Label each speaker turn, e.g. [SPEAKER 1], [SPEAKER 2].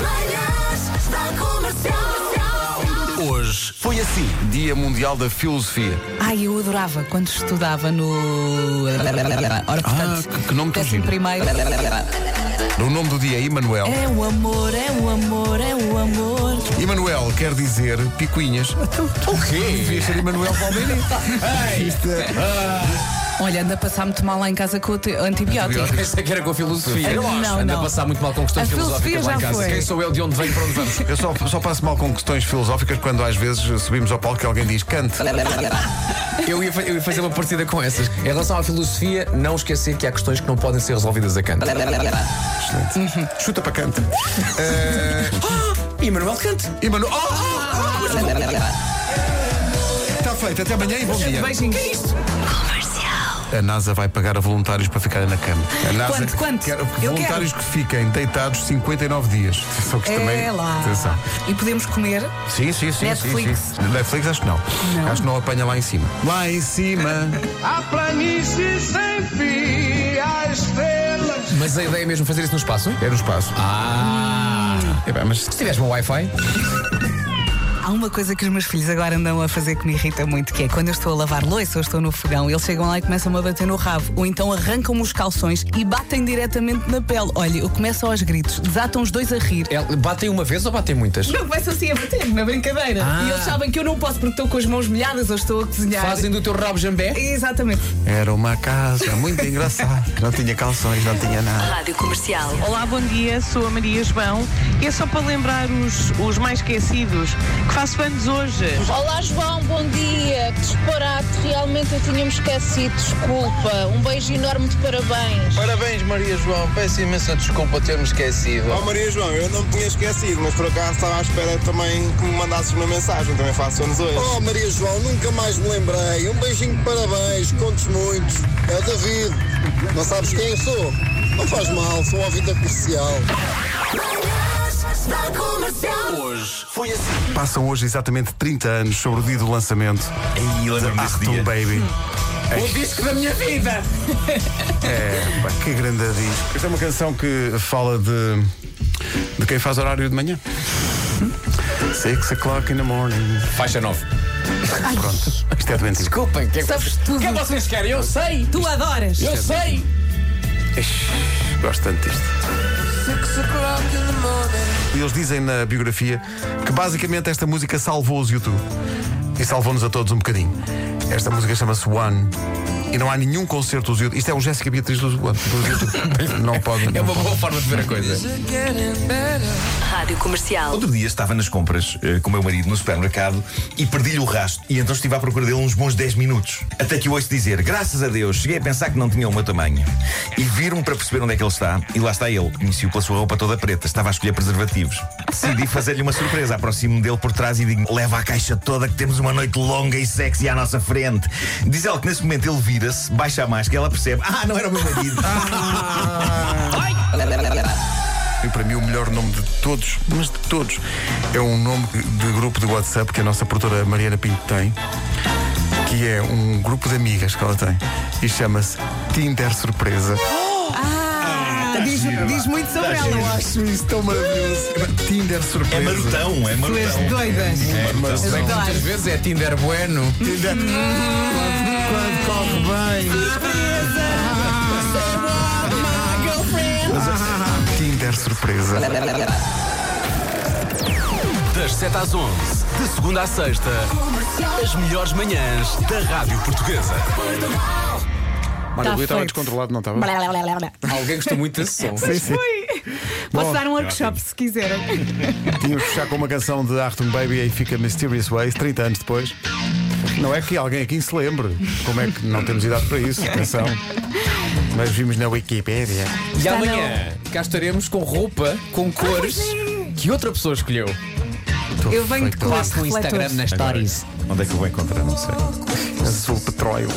[SPEAKER 1] Manhãs da Comercial.
[SPEAKER 2] Hoje foi assim. Dia Mundial da Filosofia.
[SPEAKER 3] Ai, eu adorava quando estudava no. Ora, portanto,
[SPEAKER 2] Ah, que- que nome tão
[SPEAKER 3] décimo
[SPEAKER 2] giro.
[SPEAKER 3] primeiro.
[SPEAKER 2] O nome do dia é Emanuel.
[SPEAKER 3] É o amor, é o amor, é o amor.
[SPEAKER 2] Emanuel quer dizer picuinhas. O quê? Devia ser Emanuel Palmeiras.
[SPEAKER 3] Olha, anda a passar muito mal lá em casa com o te- antibiótico.
[SPEAKER 4] Pensei que era com a filosofia.
[SPEAKER 3] Era lógico. Não,
[SPEAKER 4] Anda
[SPEAKER 3] não.
[SPEAKER 4] a passar muito mal com questões
[SPEAKER 3] A filosofia
[SPEAKER 4] filosóficas lá em
[SPEAKER 3] já
[SPEAKER 4] casa.
[SPEAKER 3] foi.
[SPEAKER 4] Quem sou eu, de onde venho, para onde vamos?
[SPEAKER 2] Eu só, só passo mal com questões filosóficas quando às vezes subimos ao palco e alguém diz cante.
[SPEAKER 4] Eu ia, fa- eu ia fazer uma partida com essas. Em relação à filosofia, não esquecer que há questões que não podem ser resolvidas a canto.
[SPEAKER 2] Chuta para cante.
[SPEAKER 4] Emanuel Cante.
[SPEAKER 2] Emanuel. Oh, oh, oh. Está feito. Até amanhã e bom dia.
[SPEAKER 3] Beijinhos.
[SPEAKER 2] A NASA vai pagar a voluntários para ficarem na cama. A NASA
[SPEAKER 3] Quanto, quanto?
[SPEAKER 2] quer
[SPEAKER 3] Eu quero.
[SPEAKER 2] voluntários que fiquem deitados 59 dias. Atenção que isto também.
[SPEAKER 3] É lá.
[SPEAKER 2] Atenção.
[SPEAKER 3] E podemos comer.
[SPEAKER 2] Sim, sim, sim.
[SPEAKER 3] Netflix.
[SPEAKER 2] Sim, sim. Netflix acho que não.
[SPEAKER 3] Não.
[SPEAKER 2] Acho que não apanha lá em cima. Lá em cima.
[SPEAKER 5] A planície sem fim, a estrelas.
[SPEAKER 4] Mas a ideia é mesmo fazer isso no espaço?
[SPEAKER 2] É no espaço.
[SPEAKER 4] Ah!
[SPEAKER 2] Epá, mas
[SPEAKER 4] Se tiveres um Wi-Fi,
[SPEAKER 3] Há uma coisa que os meus filhos agora andam a fazer que me irrita muito, que é quando eu estou a lavar louça ou estou no fogão, eles chegam lá e começam-me a bater no rabo, ou então arrancam-me os calções e batem diretamente na pele. Olha, eu começo aos gritos, desatam os dois a rir.
[SPEAKER 4] é- batem uma vez ou batem muitas?
[SPEAKER 3] Não, começam assim a bater na brincadeira.
[SPEAKER 4] Ah.
[SPEAKER 3] E eles sabem que eu não posso porque estou com as mãos molhadas ou estou a cozinhar.
[SPEAKER 4] Fazem do teu rabo jambé?
[SPEAKER 3] Exatamente.
[SPEAKER 2] era uma casa muito engraçada. Não tinha calções, não tinha nada.
[SPEAKER 6] Rádio Comercial.
[SPEAKER 7] Olá, bom dia, sou a Maria João e é só para lembrar os, os mais esquecidos que faço anos hoje.
[SPEAKER 8] Olá João, bom dia. Que disparate, realmente eu tinha-me esquecido, desculpa. Um beijo enorme de parabéns.
[SPEAKER 9] Parabéns, Maria João. Peço imensa desculpa ter-me esquecido.
[SPEAKER 5] Oh Maria João, eu não me tinha esquecido, mas por acaso estava à espera também que me mandasses uma mensagem, também faço anos hoje. Oh Maria João, nunca mais me lembrei. Um beijinho de parabéns, contos muitos. É o David. Não sabes quem eu sou? Não faz mal, sou um ouvinte comercial.
[SPEAKER 1] Manhãs da Comercial.
[SPEAKER 2] Passam hoje exatamente 30 anos sobre o dia do lançamento.
[SPEAKER 10] Ei, lembro-me desse
[SPEAKER 2] Artum
[SPEAKER 10] dia.
[SPEAKER 2] Baby.
[SPEAKER 4] O disco da minha vida!
[SPEAKER 2] É, pá, que grande disco. Esta é uma canção que fala de, de quem faz horário de manhã. Six o'clock in the morning.
[SPEAKER 4] Faixa 9.
[SPEAKER 2] Pronto, isto é doentio.
[SPEAKER 4] Desculpem, que é
[SPEAKER 3] Sabes tudo.
[SPEAKER 4] que vocês querem? Eu sei!
[SPEAKER 3] Tu adoras.
[SPEAKER 4] Eu sei!
[SPEAKER 2] Ixi, Gosto tanto disto. E eles dizem na biografia que basicamente esta música salvou os YouTube. E salvou-nos a todos um bocadinho. Esta música chama-se One. E não há nenhum concerto dos YouTube. Isto é o Jéssica Beatriz dos One. dos YouTube. Não pode.
[SPEAKER 4] É
[SPEAKER 2] Não
[SPEAKER 4] uma
[SPEAKER 2] pode.
[SPEAKER 4] boa forma de ver a coisa.
[SPEAKER 6] Rádio Comercial.
[SPEAKER 10] Outro dia estava nas compras eh, com o meu marido no supermercado e perdi-lhe o rastro. E então estive à procura dele uns bons 10 minutos. Até que o ouço dizer, graças a Deus, cheguei a pensar que não tinha o meu tamanho. E viram para perceber onde é que ele está. E lá está ele. Conheci-o pela sua roupa toda preta. Estava a escolher preservativos. Decidi fazer-lhe uma surpresa. Aproximo-me dele por trás e digo, leva a caixa toda que temos uma noite longa e sexy à nossa frente. Diz ela que nesse momento ele vira-se, baixa a máscara e ela percebe, ah, não era o meu marido.
[SPEAKER 2] E para mim o melhor nome de todos, mas de todos, é um nome de grupo de WhatsApp que a nossa produtora Mariana Pinto tem, que é um grupo de amigas que ela tem. E chama-se Tinder Surpresa.
[SPEAKER 4] Tá
[SPEAKER 3] Ah, diz, diz muito sobre ela. eu acho.
[SPEAKER 2] Acho isso tão maravilhoso. Tinder
[SPEAKER 10] É
[SPEAKER 2] Surpresa.
[SPEAKER 10] marotão, é
[SPEAKER 3] Tu és
[SPEAKER 10] marotão.
[SPEAKER 3] doida.
[SPEAKER 10] É marotão.
[SPEAKER 4] Muitas
[SPEAKER 3] Adoro.
[SPEAKER 4] vezes é Tinder bueno.
[SPEAKER 2] Tinder. Quando corre bem. Surpresa. Tinder Surpresa.
[SPEAKER 11] Das 7 às 11, de segunda à sexta, as melhores manhãs da Rádio Portuguesa.
[SPEAKER 2] Mário Rui estava
[SPEAKER 3] feito.
[SPEAKER 2] descontrolado, não estava?
[SPEAKER 3] Blá, blá, blá, blá, blá.
[SPEAKER 4] Alguém gostou muito desse som.
[SPEAKER 2] Sim, sim.
[SPEAKER 3] Posso dar um workshop se quiserem.
[SPEAKER 2] Tínhamos que fechar com uma canção de Arthur Baby e fica Mysterious Ways, 30 anos depois. Não é que alguém aqui se lembre. Como é que não temos idade para isso? Atenção. Mas vimos na Wikipédia.
[SPEAKER 4] E amanhã cá estaremos com roupa, com cores que outra pessoa escolheu.
[SPEAKER 3] Eu venho de
[SPEAKER 2] Feito
[SPEAKER 3] classe refletores.
[SPEAKER 4] nas
[SPEAKER 10] Agora, Onde é que eu vou encontrar? Não sei.
[SPEAKER 2] Azul petróleo.